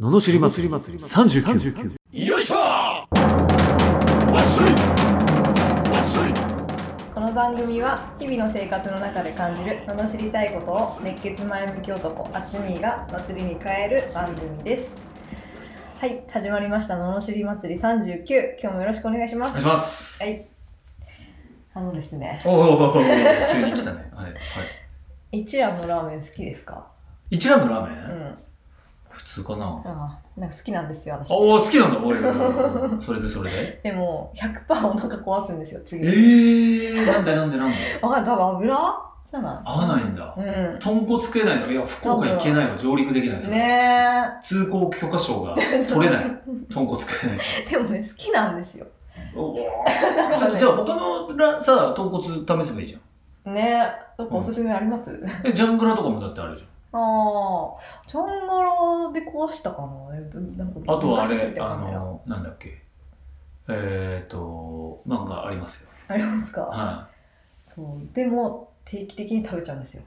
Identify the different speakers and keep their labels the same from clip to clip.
Speaker 1: ののしり祭り39
Speaker 2: よいしょわっしょいわっしょい
Speaker 3: この番組は日々の生活の中で感じる罵りたいことを熱血前向き男アツニーが祭りに変える番組ですはい始まりました罵り祭り39今日もよろしくお願いしま
Speaker 4: お
Speaker 3: す
Speaker 4: 願いします。
Speaker 3: はいあのですね
Speaker 4: おーおーおーおー急に来たね。はい。はい、
Speaker 3: 一蘭のラーメン好きですか
Speaker 4: 一蘭のラ
Speaker 3: う
Speaker 4: ー
Speaker 3: ん
Speaker 4: メン、普通かな
Speaker 3: あーなんか好きなんですよ私
Speaker 4: おお好きなんだ、おいおいおいおい。 それでそれで。
Speaker 3: でも100%お腹壊すんですよ次
Speaker 4: えー、なんでなんでなんで
Speaker 3: わかる多分油じゃない
Speaker 4: 合わないんだ。
Speaker 3: うん
Speaker 4: 豚骨食えないのいや、福岡行けないわ、上陸できないですよ。
Speaker 3: ね
Speaker 4: 通行許可証 が取れない。豚骨食え ない。
Speaker 3: えでもね好きなんですよ
Speaker 4: おーじゃあじゃあ他のらさ、豚骨試せばいいじゃん。
Speaker 3: ねえどこおすすめあります、
Speaker 4: え、ジャングラとかもだってあるじゃん。
Speaker 3: ああ、ジョンガラで壊したかな。えっとなんか
Speaker 4: あとはあ
Speaker 3: 難しす
Speaker 4: れ、
Speaker 3: ぎてわか
Speaker 4: あ
Speaker 3: んないな
Speaker 4: の、なんだっけ。えっ、ー、と、漫画ありますよ。
Speaker 3: ありますか。
Speaker 4: は
Speaker 3: そう、でも定期的に食べちゃうんですよ。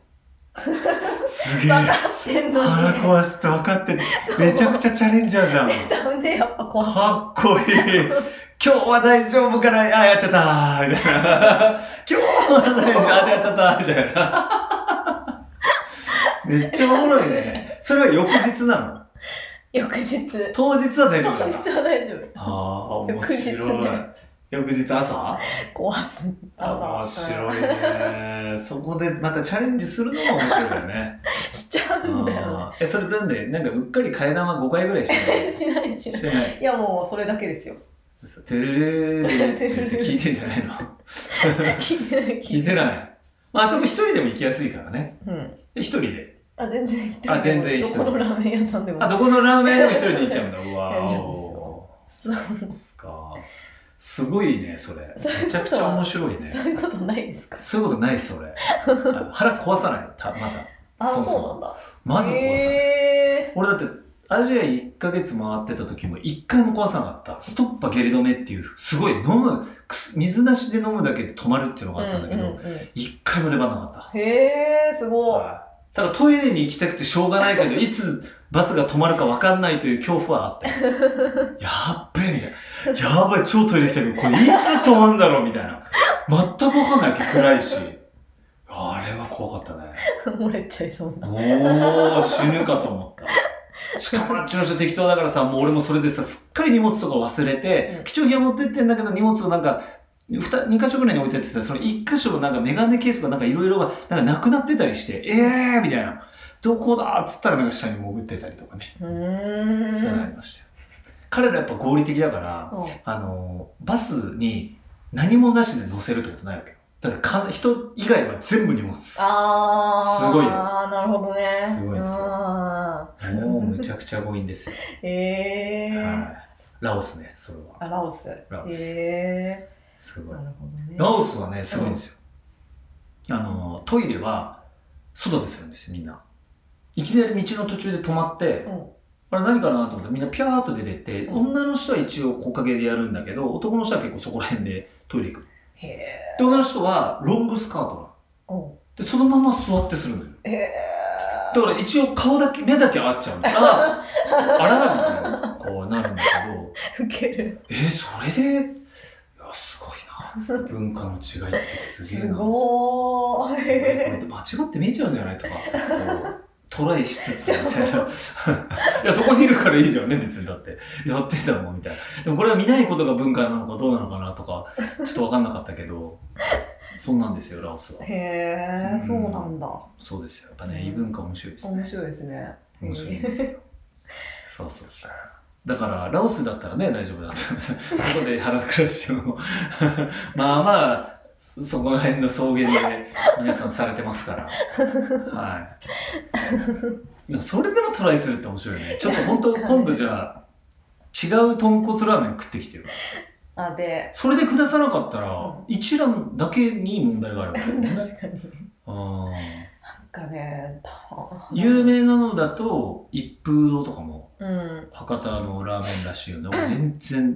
Speaker 4: い。すげ
Speaker 3: 分かってんの
Speaker 4: 腹
Speaker 3: に。
Speaker 4: 壊すって分かってるめちゃくちゃチャレンジャーじゃん
Speaker 3: ダメやっぱ壊
Speaker 4: かっこいい今日は大丈夫かなあやっちゃったーみたいな今日は大丈夫あやっちゃったーみたいなめっちゃおもろいねそれは翌日なの
Speaker 3: す。翌日。翌日
Speaker 4: 当日は大丈夫だな
Speaker 3: は大丈
Speaker 4: ああ面
Speaker 3: 翌日ね
Speaker 4: 白い翌日朝
Speaker 3: 夫。壊す。
Speaker 4: 面
Speaker 3: い。
Speaker 4: 白いねそこでまたチャレンジするのも面白いよね
Speaker 3: しちゃうんだよ
Speaker 4: あーえそれなんでなんかうっかり替え玉5回ぐらいし
Speaker 3: ね。
Speaker 4: て
Speaker 3: しないし
Speaker 4: ないし
Speaker 3: ない。
Speaker 4: てない
Speaker 3: いやもうそれだけですよ。
Speaker 4: 嘘てるるるるって聞いてんじゃないの
Speaker 3: 聞いてな い
Speaker 4: 聞いてない。まあ、あそこ一人でも行きやすいからね。
Speaker 3: うん。
Speaker 4: で一人で。
Speaker 3: あ全然一人でも
Speaker 4: あ全然一人
Speaker 3: どこのラーメン屋さんでも
Speaker 4: あ、。どこのラーメン屋でも一人で行っちゃうんだ。うわ
Speaker 3: 大
Speaker 4: ー
Speaker 3: 丈夫です
Speaker 4: お
Speaker 3: そう
Speaker 4: ー。そうっすか。すごいね、それ。めちゃくちゃ面白い
Speaker 3: そ
Speaker 4: ね。
Speaker 3: ういうことないですか。
Speaker 4: そういうことない、それ。あ腹壊さない、たまだ。
Speaker 3: あ
Speaker 4: そ
Speaker 3: そうう
Speaker 4: そう
Speaker 3: なんだ。
Speaker 4: まず壊さない。
Speaker 3: え
Speaker 4: 俺だって、アジア1ヶ月回ってた時も1回も壊さなかった。ストッパ下痢止めっていう、すごい飲む、くす水なしで飲むだけで止まるっていうの
Speaker 3: え
Speaker 4: があったんだけ
Speaker 3: うん
Speaker 4: ど、
Speaker 3: うんうん
Speaker 4: 一回も出番なかった。
Speaker 3: へえすごい。
Speaker 4: ただトイレに行きたくてしょうがないけど、いつバスが止まるか分かんないという恐怖はあっ たよ。やっべえ、みたいな。やばい、超トイレしてる。これいつ止まんだろう、みたいな。全く分かんないわけど、暗いし。あれは怖かったね。
Speaker 3: 漏れちゃいそうな。
Speaker 4: おー、死ぬかと思った。しかもあっちの人適当だからさ、もう俺もそれでさ、すっかり荷物とか忘れて、
Speaker 3: うん
Speaker 4: 貴重品は持ってってんだけど、荷物をなんか、2, 2箇所ぐらいに置いてあってさ、その1箇所のなんかメガネケースとかなんかいろいろが、なんかなくなってたりして、えーみたいな。どこだっつったらなんか下に潜ってたりとかね。
Speaker 3: う
Speaker 4: そうな
Speaker 3: ーん。
Speaker 4: りましたよ。彼らやっぱ合理的だから、
Speaker 3: うん
Speaker 4: あの、バスに何もなしで乗せるってことないわけよ。だからか、人以外は全部荷物。
Speaker 3: あー。
Speaker 4: すごいよ
Speaker 3: あー、なるほどね。
Speaker 4: すごいですよ
Speaker 3: よ。
Speaker 4: もうむちゃくちゃ強引ですよ。
Speaker 3: えー。
Speaker 4: はい、ラオスね、それは。
Speaker 3: あ、ラオス。
Speaker 4: ラオス
Speaker 3: え
Speaker 4: す
Speaker 3: ー。
Speaker 4: ごい
Speaker 3: な。るほどね。
Speaker 4: ラオスはね、すごいんですよ。あの、トイレは、外でするんですよ、みんな。いきなり道の途中で止まって
Speaker 3: う、ん。
Speaker 4: あれ何かなと思ったらみんなピャーっと出てって、
Speaker 3: うん
Speaker 4: 女の人は一応木陰でやるんだけど、男の人は結構そこら辺でトイレ行く。
Speaker 3: へえ。
Speaker 4: で、女の人はロングスカートなの。
Speaker 3: お
Speaker 4: で、そのまま座ってするのよ。
Speaker 3: へえ。
Speaker 4: だから一応顔だけ、目だけ合っちゃうの。ああ、あららみたいな、こうなるんだけど、
Speaker 3: ウケる。
Speaker 4: えーそれでいやすごいな文化の違いってすげえ
Speaker 3: す
Speaker 4: な
Speaker 3: ごー
Speaker 4: これ
Speaker 3: い。
Speaker 4: って間違って見えちゃうんじゃないとかこうトライしつつみたいな いやそこにいるからいいじゃんね別にだってやってたもんみたいなでもこれは見ないことが文化なのかどうなのかなとかちょっと分かんなかったけどそんなんですよラオスは
Speaker 3: へ
Speaker 4: う
Speaker 3: え、
Speaker 4: ん
Speaker 3: そうなんだ。
Speaker 4: そうですよやっぱね異文化面白いですね
Speaker 3: 面白いですね。
Speaker 4: 面白い
Speaker 3: へ
Speaker 4: んですよ。そうそうそう。だから、ラオスだったらね、大丈夫だった。そこで腹暮らしても、 まあまあ、そそこら辺の草原で皆さんされてますから。はい。でもそれでもトライするって面白いね。ちょっと本当、今度じゃあ、違う豚骨ラーメン食ってきてよ。
Speaker 3: ーあ、で、
Speaker 4: それで下さなかった
Speaker 3: う
Speaker 4: ら、一覧だけに問題があるわけだよね。
Speaker 3: 確かに。
Speaker 4: あ
Speaker 3: なんかね、た
Speaker 4: ー有。名なのだと、一風堂とかも
Speaker 3: うん。
Speaker 4: 博多のラーメンらしいよね俺全然っ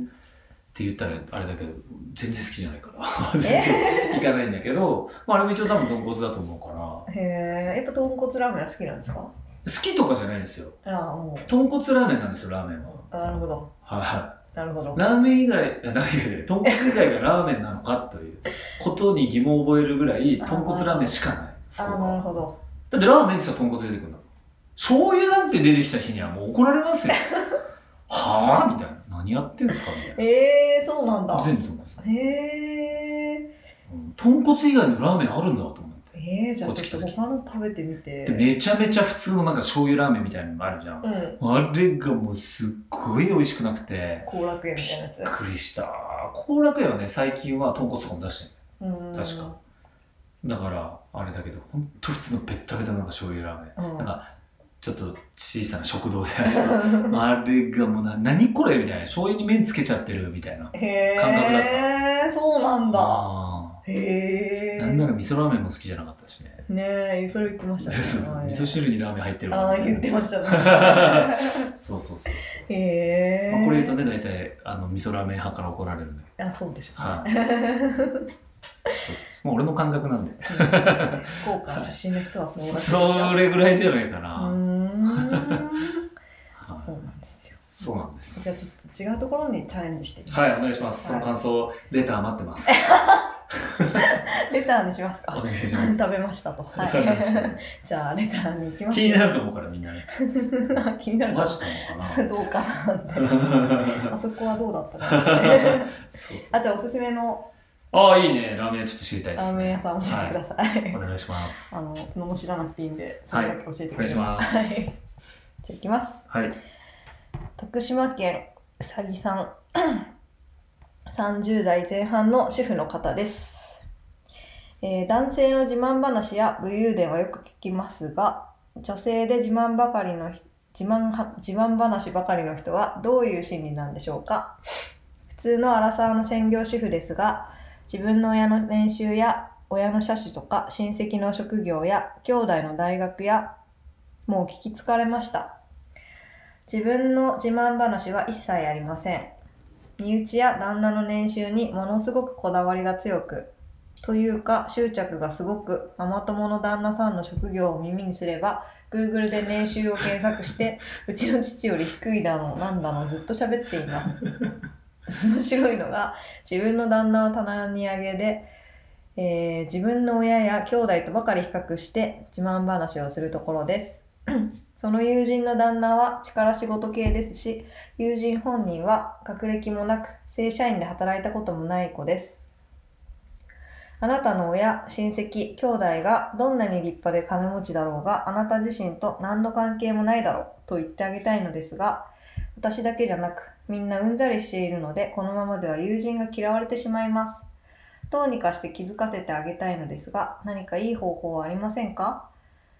Speaker 4: て言ったらあれだけど全然好きじゃないから 全然行かないんだけど、まあ、あれも一応多分豚骨だと思うから
Speaker 3: へえ、やっぱ豚骨ラーメンは好きなんですか
Speaker 4: 好きとかじゃないんですよ。
Speaker 3: ああ、も
Speaker 4: 豚骨ラーメンなんですよ、ラーメンは。
Speaker 3: う。なるほど。
Speaker 4: は
Speaker 3: なるほど
Speaker 4: い。。ラーメン以外、あラーメン以外じゃない豚骨以外がラーメンなのかということに疑問を覚えるぐらい、豚骨ラーメンしかない。
Speaker 3: ああ、
Speaker 4: 福岡
Speaker 3: なるほど。
Speaker 4: だってラーメンってさ、豚骨出てくるんだもん醤油なんて出てきた日にはもう怒られ ますよ。はぁみたいな。何やってんすかみたいな。
Speaker 3: ええー、そうなんだ。
Speaker 4: 全部豚骨、
Speaker 3: へえ
Speaker 4: うん豚骨以外のラーメンあるんだと思って。
Speaker 3: ー。えー、じゃあ
Speaker 4: こっち来
Speaker 3: ち
Speaker 4: た
Speaker 3: ょっと
Speaker 4: 時
Speaker 3: 他の食べてみて
Speaker 4: で。めちゃめちゃ普通のなんか醤油ラーメンみたいなのがあるじゃん。
Speaker 3: うん。
Speaker 4: あれがもうすっごい美味しくなくて、
Speaker 3: 後楽園
Speaker 4: び
Speaker 3: みたいなや
Speaker 4: っ
Speaker 3: つ。
Speaker 4: くりした。後楽園はね、最近は豚骨とかも出してる。
Speaker 3: うん。
Speaker 4: 確か。だから、あれだけど、ほんと普通のベッタベタのなんか醤油ラーメン。
Speaker 3: うん。
Speaker 4: なんか、ちょっと小さな食堂で、 あれがもうな、何これみたいな。醤油に麺つけちゃってるみたいな。
Speaker 3: へ
Speaker 4: 感覚だっ
Speaker 3: え、そうなんだ。
Speaker 4: あ
Speaker 3: へ
Speaker 4: ー
Speaker 3: え。
Speaker 4: なんなら味噌ラーメンも好きじゃなかったしね。
Speaker 3: ねえ、それ言ってまし
Speaker 4: そ
Speaker 3: た
Speaker 4: うそうそう
Speaker 3: ね。
Speaker 4: 味噌汁にラーメン入ってる
Speaker 3: ああ、言ってま
Speaker 4: し
Speaker 3: した ね。
Speaker 4: そうそうそうそう。
Speaker 3: へえ。
Speaker 4: まあ、これ言うとね、大体、あの、味噌ラーメン派から怒られるんだけど。
Speaker 3: あ、そうでしょうね。
Speaker 4: はい。そうそうそうもう俺の感覚なんで。
Speaker 3: 福岡出身の人はそうらしいですよ。
Speaker 4: それぐらいじゃないか
Speaker 3: う
Speaker 4: な。
Speaker 3: ーん。
Speaker 4: はい
Speaker 3: そうなんですよ。
Speaker 4: そうなんです。
Speaker 3: じゃあちょっと違うところにチャレンジしてみます。
Speaker 4: はい、お願いします。そ
Speaker 3: はい
Speaker 4: の感想、レター待ってます。
Speaker 3: レターにしますか。
Speaker 4: お願いします
Speaker 3: 食べましたと。は
Speaker 4: そうなんですよ
Speaker 3: い。じゃあレターに行きます。
Speaker 4: 気になると思うから、みんなね。
Speaker 3: あ 気になる
Speaker 4: マ
Speaker 3: な。
Speaker 4: ジなの
Speaker 3: どうかなって。
Speaker 4: か
Speaker 3: あ
Speaker 4: な。
Speaker 3: そこはどうだったか なって。
Speaker 4: そうそう
Speaker 3: あ、じゃあおすすめの
Speaker 4: ああ、いいね。ラーメン屋ちょっと知りたいで
Speaker 3: ラ
Speaker 4: す、ね。
Speaker 3: ーメン屋さん教えてください。
Speaker 4: はい、お願いします。
Speaker 3: あの、のも知らなくていいんで、それだけ教えて
Speaker 4: お願
Speaker 3: くだ
Speaker 4: いし
Speaker 3: さい。は
Speaker 4: ます。
Speaker 3: い。じゃあ行きます。
Speaker 4: はい。
Speaker 3: 徳島県うさぎさん 30代前半の主婦の方です、えー男性の自慢話や武勇伝はよく聞きますが女性で自慢ばかりのひ自慢は自慢話ばかりの人はどういう心理なんでしょうか普通のアラサーの専業主婦ですが自分の親の年収や親の車種とか親戚の職業や兄弟の大学やもう聞き疲れました自分の自慢話は一切ありません身内や旦那の年収にものすごくこだわりが強くというか執着がすごくママ友の旦那さんの職業を耳にすれば Google で年収を検索してうちの父より低いだのなんだのずっと喋っています面白いのが自分の旦那は棚に上げで、えー自分の親や兄弟とばかり比較して自慢話をするところですその友人の旦那は力仕事系ですし、友人本人は学歴もなく、正社員で働いたこともない子です。あなたの親、親戚、兄弟がどんなに立派で金持ちだろうが、あなた自身と何の関係もないだろうと言ってあげたいのですが、私だけじゃなく、みんなうんざりしているので、このままでは友人が嫌われてしまいます。どうにかして気づかせてあげたいのですが、何かいい方法はありませんか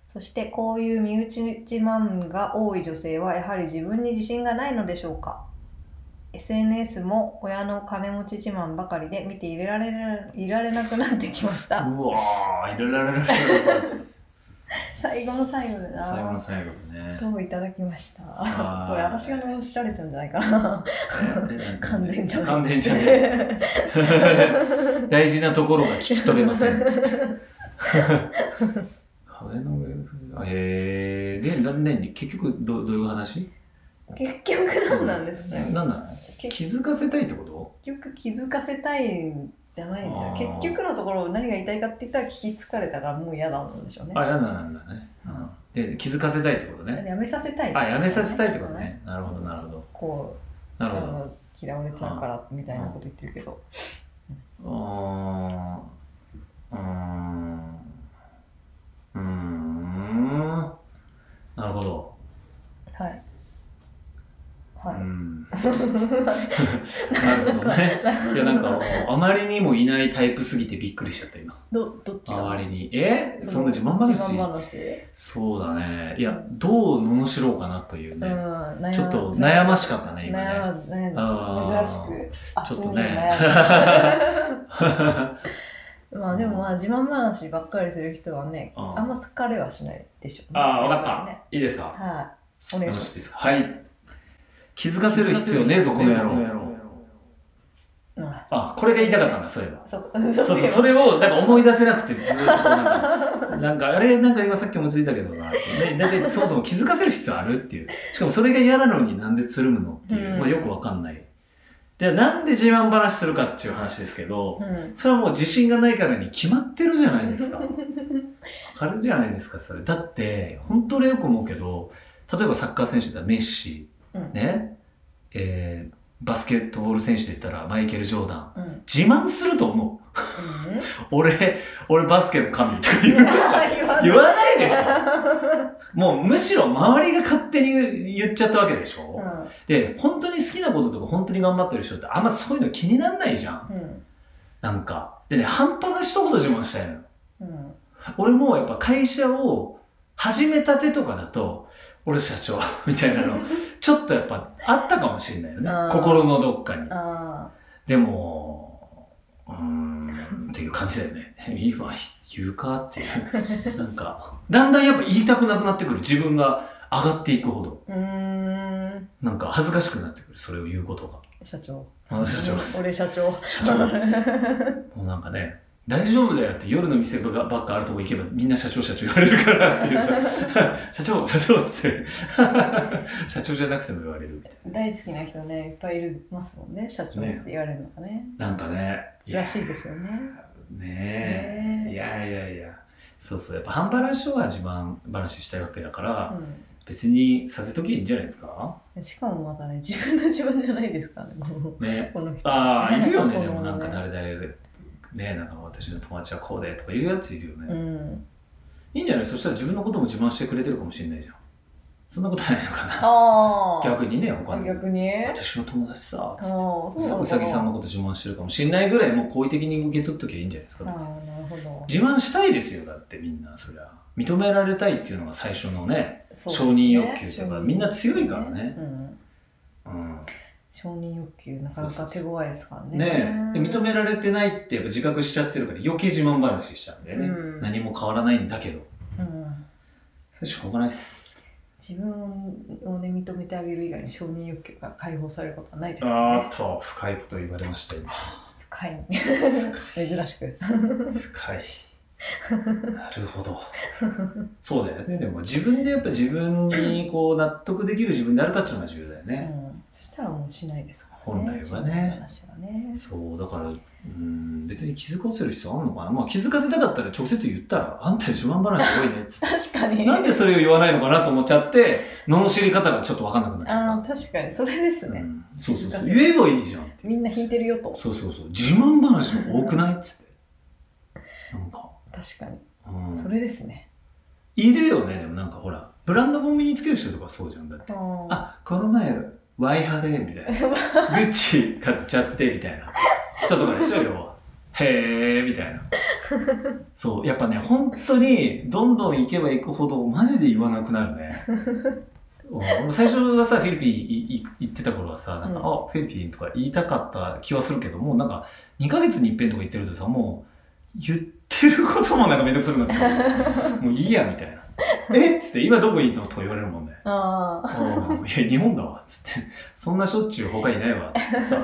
Speaker 3: そしてこういう身内自慢が多い女性はやはり自分に自信がないのでしょうか SNS も親の金持ち自慢ばかりで見ていられるいられなくなってきまし た
Speaker 4: うわー、いろいろいろいろ。
Speaker 3: 最後の最後だな
Speaker 4: 最後の最後だね。
Speaker 3: どういただきました
Speaker 4: あー
Speaker 3: これ私が直しられちゃうんじゃないか な
Speaker 4: 関
Speaker 3: 関連じゃない
Speaker 4: 関連じゃ ない。大事なところが聞き取れませ ん。羽の上えー、で、何年に結局どうどういう話
Speaker 3: 結局なんなんです
Speaker 4: 何
Speaker 3: ね
Speaker 4: なの気
Speaker 3: 結
Speaker 4: づかせたいってこと
Speaker 3: 局気づかせたいんじゃないんですよ
Speaker 4: あー
Speaker 3: 結局のところ何が言いたいかって言ったら聞き疲れたからもう嫌だなんでしょうね
Speaker 4: あ、嫌なんだね、うんで。気づかせたいってことね。
Speaker 3: やめさせたい
Speaker 4: あ、やめさせたいってことね。なるほど、なるほど。
Speaker 3: こう
Speaker 4: な
Speaker 3: あ
Speaker 4: るほど。
Speaker 3: の嫌われちゃうからみたいなこと言ってるけど
Speaker 4: うーん。うーん。うーん。なるほど。
Speaker 3: はいは
Speaker 4: う
Speaker 3: い
Speaker 4: ん。 なるほどね。いや、なんか、あまりにもいないタイプすぎてびっくりしちゃった、今。
Speaker 3: どどっちが
Speaker 4: 周りに。えそんな自慢話
Speaker 3: 自慢話
Speaker 4: そうだね。いや、どう罵ろうかなという
Speaker 3: う
Speaker 4: ね。
Speaker 3: ん悩
Speaker 4: ちょっと悩ましかったね、今ね。
Speaker 3: 悩ま悩ん
Speaker 4: あ
Speaker 3: だ珍
Speaker 4: ー
Speaker 3: しくあ
Speaker 4: ちょっと
Speaker 3: そういう
Speaker 4: ね
Speaker 3: の悩んだ まあでもまあ自慢話ばっかりする人はね
Speaker 4: うん
Speaker 3: あんま好かれはしないでしょうね
Speaker 4: ああ、わか
Speaker 3: ね
Speaker 4: った。いいですか
Speaker 3: はいお願いしま
Speaker 4: よろしいですすかはい。気づかせる必要ねえぞ、この野郎。
Speaker 3: うんは
Speaker 4: あ、これが言いたかったんだ、そういえば。
Speaker 3: そう
Speaker 4: そうそう、それをなんか思い出せなくて、ずーっとこうなんか、なんかあれ、なんか今さっき思いついたけどな、ね、だってそもそも気づかせる必要あるっていう。しかもそれが嫌なのになんでつるむのっていう、
Speaker 3: うん
Speaker 4: まあよくわかんない。じゃあなんで自慢話するかっていう話ですけど、
Speaker 3: うん
Speaker 4: それはもう自信がないからに決まってるじゃないです か。わかるじゃないですか、それ。だって、本当俺よく思うけど、例えばサッカー選手だったらメッシ、
Speaker 3: うん
Speaker 4: ね、えーバスケットボール選手で言ったらマイケル・ジョーダン。
Speaker 3: うん
Speaker 4: 自慢すると思う。
Speaker 3: うん
Speaker 4: 俺、俺バスケの神とか
Speaker 3: い
Speaker 4: 言う。
Speaker 3: や言わない
Speaker 4: 言わないでしょ。もうむしろ周りが勝手に言っちゃったわけでしょ。で、本当に好きなこととか本当に頑張ってる人ってあんまそういうの気になんないじゃん。
Speaker 3: うんうん
Speaker 4: なんか。でね、半端な一言自慢したいの。
Speaker 3: うん
Speaker 4: 俺もやっぱ会社を始めたてとかだと、俺社長みたいなの、ちょっとやっぱあったかもしれないよね
Speaker 3: あ。ー
Speaker 4: 心のどっかに。
Speaker 3: あ
Speaker 4: でも、うーん、っていう感じだよね。今言うかっていう。なんか、だんだんやっぱ言いたくなくなってくる。自分が上がっていくほど。
Speaker 3: ーうーん
Speaker 4: なんか恥ずかしくなってくる。それを言うことが。
Speaker 3: 社長
Speaker 4: あの社長、
Speaker 3: 俺社長
Speaker 4: 社長。 もうなんかね、大丈夫だよって夜の店ばっかあるとこ行けばみんな社長社長言われるからっていう さ、社長、社長って、 社長じゃなくても言われるみたい
Speaker 3: 大好きな人ねいっぱいいますもんね社長って言われるのかね
Speaker 4: な。なんかね、いや
Speaker 3: らしいですよね
Speaker 4: ねえ。い
Speaker 3: ね
Speaker 4: やいやいやそうそうやっぱ半端な人は自慢話したいわけだから、
Speaker 3: う
Speaker 4: 別にさせときゃいいんじゃないですか
Speaker 3: んしかもまたね自分の自分じゃないですからねもう
Speaker 4: ね
Speaker 3: この人
Speaker 4: ああいるよね
Speaker 3: この
Speaker 4: でもなんか
Speaker 3: ね
Speaker 4: 誰々でねなんか私の友達はこうでとか言うやついるよね、
Speaker 3: うん
Speaker 4: いいんじゃないそしたら自分のことも自慢してくれてるかもしれないじゃんそんなことないのかな
Speaker 3: ああ
Speaker 4: 逆にね他の
Speaker 3: 逆に
Speaker 4: 私の友達さ
Speaker 3: ああ
Speaker 4: つって
Speaker 3: そうなのかな
Speaker 4: うさぎさんのこと自慢してるかもしれないぐらいもう好意的に受け取っときゃいいんじゃないですか
Speaker 3: あ
Speaker 4: 別に
Speaker 3: あなるほど
Speaker 4: 自慢したいですよだってみんなそりゃ認められたいっていうのが最初のね
Speaker 3: そうです
Speaker 4: 承
Speaker 3: ね
Speaker 4: 認欲求と
Speaker 3: 承認
Speaker 4: か
Speaker 3: 欲求
Speaker 4: みんな強いからね、
Speaker 3: うん
Speaker 4: うん
Speaker 3: 承認欲求なかなか手強いですからね
Speaker 4: ねえで認められてないってやっぱ自覚しちゃってるから余計自慢話しちゃうんだよね、
Speaker 3: うん
Speaker 4: 何も変わらないんだけど
Speaker 3: うん
Speaker 4: それしょうがないっす
Speaker 3: 自分をね認めてあげる以外に承認欲求が解放されることはないですから
Speaker 4: あ
Speaker 3: ね
Speaker 4: ーっと深いこと言われました今
Speaker 3: 深い珍しく
Speaker 4: 深いなるほどそうだよねでも自分でやっぱ自分にこう納得できる自分であるかっていうのが重要だよ
Speaker 3: う
Speaker 4: ね、
Speaker 3: んそしたらもうしないですからね
Speaker 4: 本来はね
Speaker 3: 自分の話はね
Speaker 4: そうだからうん別に気づかせる必要あるのかなまあ気づかせたかったら直接言ったら「あんた自慢話多いね」っつって
Speaker 3: 確か に
Speaker 4: なんでそれを言わないのかなと思っちゃって、罵り方がちょっと分かんなくなっちゃ
Speaker 3: あ
Speaker 4: っ
Speaker 3: あ確かにそれです
Speaker 4: た。う
Speaker 3: ね、
Speaker 4: んそうそうそう。言えばいいじゃんって。
Speaker 3: みんな弾いてるよと
Speaker 4: そうそうそう。自慢話も多くないっつって。なんか、
Speaker 3: 確かに
Speaker 4: うん
Speaker 3: それですね
Speaker 4: いるよね、でもなんかほら、ブランド本身につける人とかそうじゃんだって。
Speaker 3: あ
Speaker 4: あ、この前、ワイハで、みたいな。 グッチ買っちゃって、みたいな。人とかでしょ、要は。へー、みたいな。そう、やっぱね、本当に、どんどん行けば行くほど、マジで言わなくなるね。うん最初はさ、フィリピンいい行ってた頃はさ、なんか、
Speaker 3: うん
Speaker 4: あ、フィリピンとか言いたかった気はするけども、なんか、2ヶ月に一遍とか行ってるとさ、もう、言ってることもなんかめんどくさくなってく るもういいや、みたいな。えっつって、今どこにいるのとか言われるもんね。
Speaker 3: あー
Speaker 4: うんいや、日本だわ、つって。そんなしょっちゅう他いないわ、つってさ。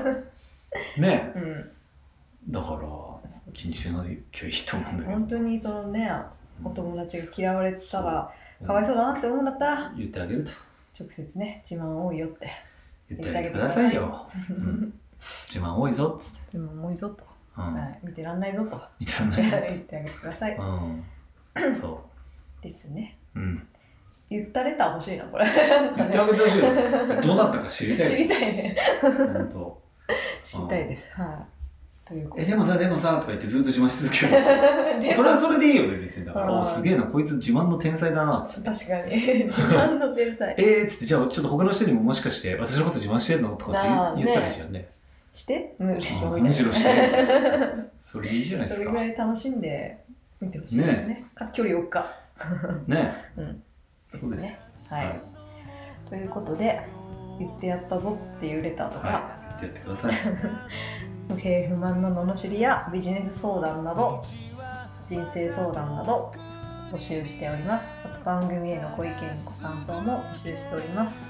Speaker 4: ね
Speaker 3: うん
Speaker 4: だから、
Speaker 3: そうで
Speaker 4: 気に
Speaker 3: す
Speaker 4: しない今日いいと思うんだけど。
Speaker 3: 本当にそのねお
Speaker 4: うん
Speaker 3: 友達が嫌われてたらかわいそうだなって思うんだったら
Speaker 4: 言ってあげると。
Speaker 3: 直接ね自慢多いよって
Speaker 4: 言ってあげてくださいよ。うん自慢多いぞ、つって。
Speaker 3: でも重いぞと、
Speaker 4: うん。
Speaker 3: はい、見てらんな いぞと
Speaker 4: みたいな
Speaker 3: 言
Speaker 4: ね。
Speaker 3: ってあげてください
Speaker 4: うん。そ
Speaker 3: ですね
Speaker 4: う。 うん。
Speaker 3: 言ったレター欲しいなこれ
Speaker 4: 言ってあげてほ しいよ。どうなったか知りた
Speaker 3: 知
Speaker 4: い
Speaker 3: り
Speaker 4: よ。
Speaker 3: たいね
Speaker 4: 本当。
Speaker 3: 知りたいですはい、ということ
Speaker 4: え、
Speaker 3: で
Speaker 4: でもさ、でもさ、とか言ってずっとしまし続ける。
Speaker 3: で
Speaker 4: それはそれでいいよね、別に。だか
Speaker 3: う
Speaker 4: ら、
Speaker 3: ん
Speaker 4: おすげえな、こいつ自慢の天才だな、つって。
Speaker 3: 確かに 自慢の天才
Speaker 4: えーっつって、じゃあちょっと他の人にももしかして私のこと自慢してんのとかって言
Speaker 3: あー
Speaker 4: 言ったらいいじゃんね。
Speaker 3: してむしろみたいな
Speaker 4: むしろして。そうそうそれでいいじゃないで
Speaker 3: そ
Speaker 4: す
Speaker 3: れ
Speaker 4: か。
Speaker 3: ぐら
Speaker 4: ね。
Speaker 3: い楽しんで見てほしいですねか距離を置くかうん
Speaker 4: そうです。
Speaker 3: はい、
Speaker 4: はい
Speaker 3: ということで言ってやったぞっていうレターとか、
Speaker 4: はい。やってやってください。
Speaker 3: 不平不満の罵りやビジネス相談など人生相談など募集しておりますあと番組へのご意見ご感想も募集しております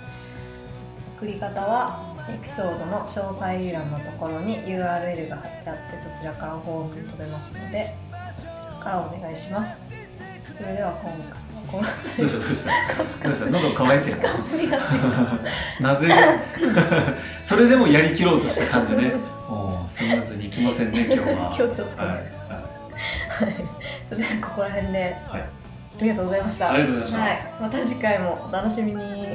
Speaker 3: 送り方はエピソードの詳細欄のところに URL が貼ってあってそちらからフォームに飛べますのでそちらからお願いしますそれでは今回は
Speaker 4: どうしたどうした
Speaker 3: このカツ
Speaker 4: ど
Speaker 3: カ
Speaker 4: うし
Speaker 3: ツ
Speaker 4: た喉乾い てる
Speaker 3: カツカツになってきた
Speaker 4: なぜ それでもやりきろうとした感じ ねもうスムーズにいきませんね今日は
Speaker 3: 今日ちょっとね
Speaker 4: はいは
Speaker 3: はいそれではここら辺で、
Speaker 4: はい
Speaker 3: ありがとうございました
Speaker 4: ありがとうございました
Speaker 3: はい、また次回もお楽しみに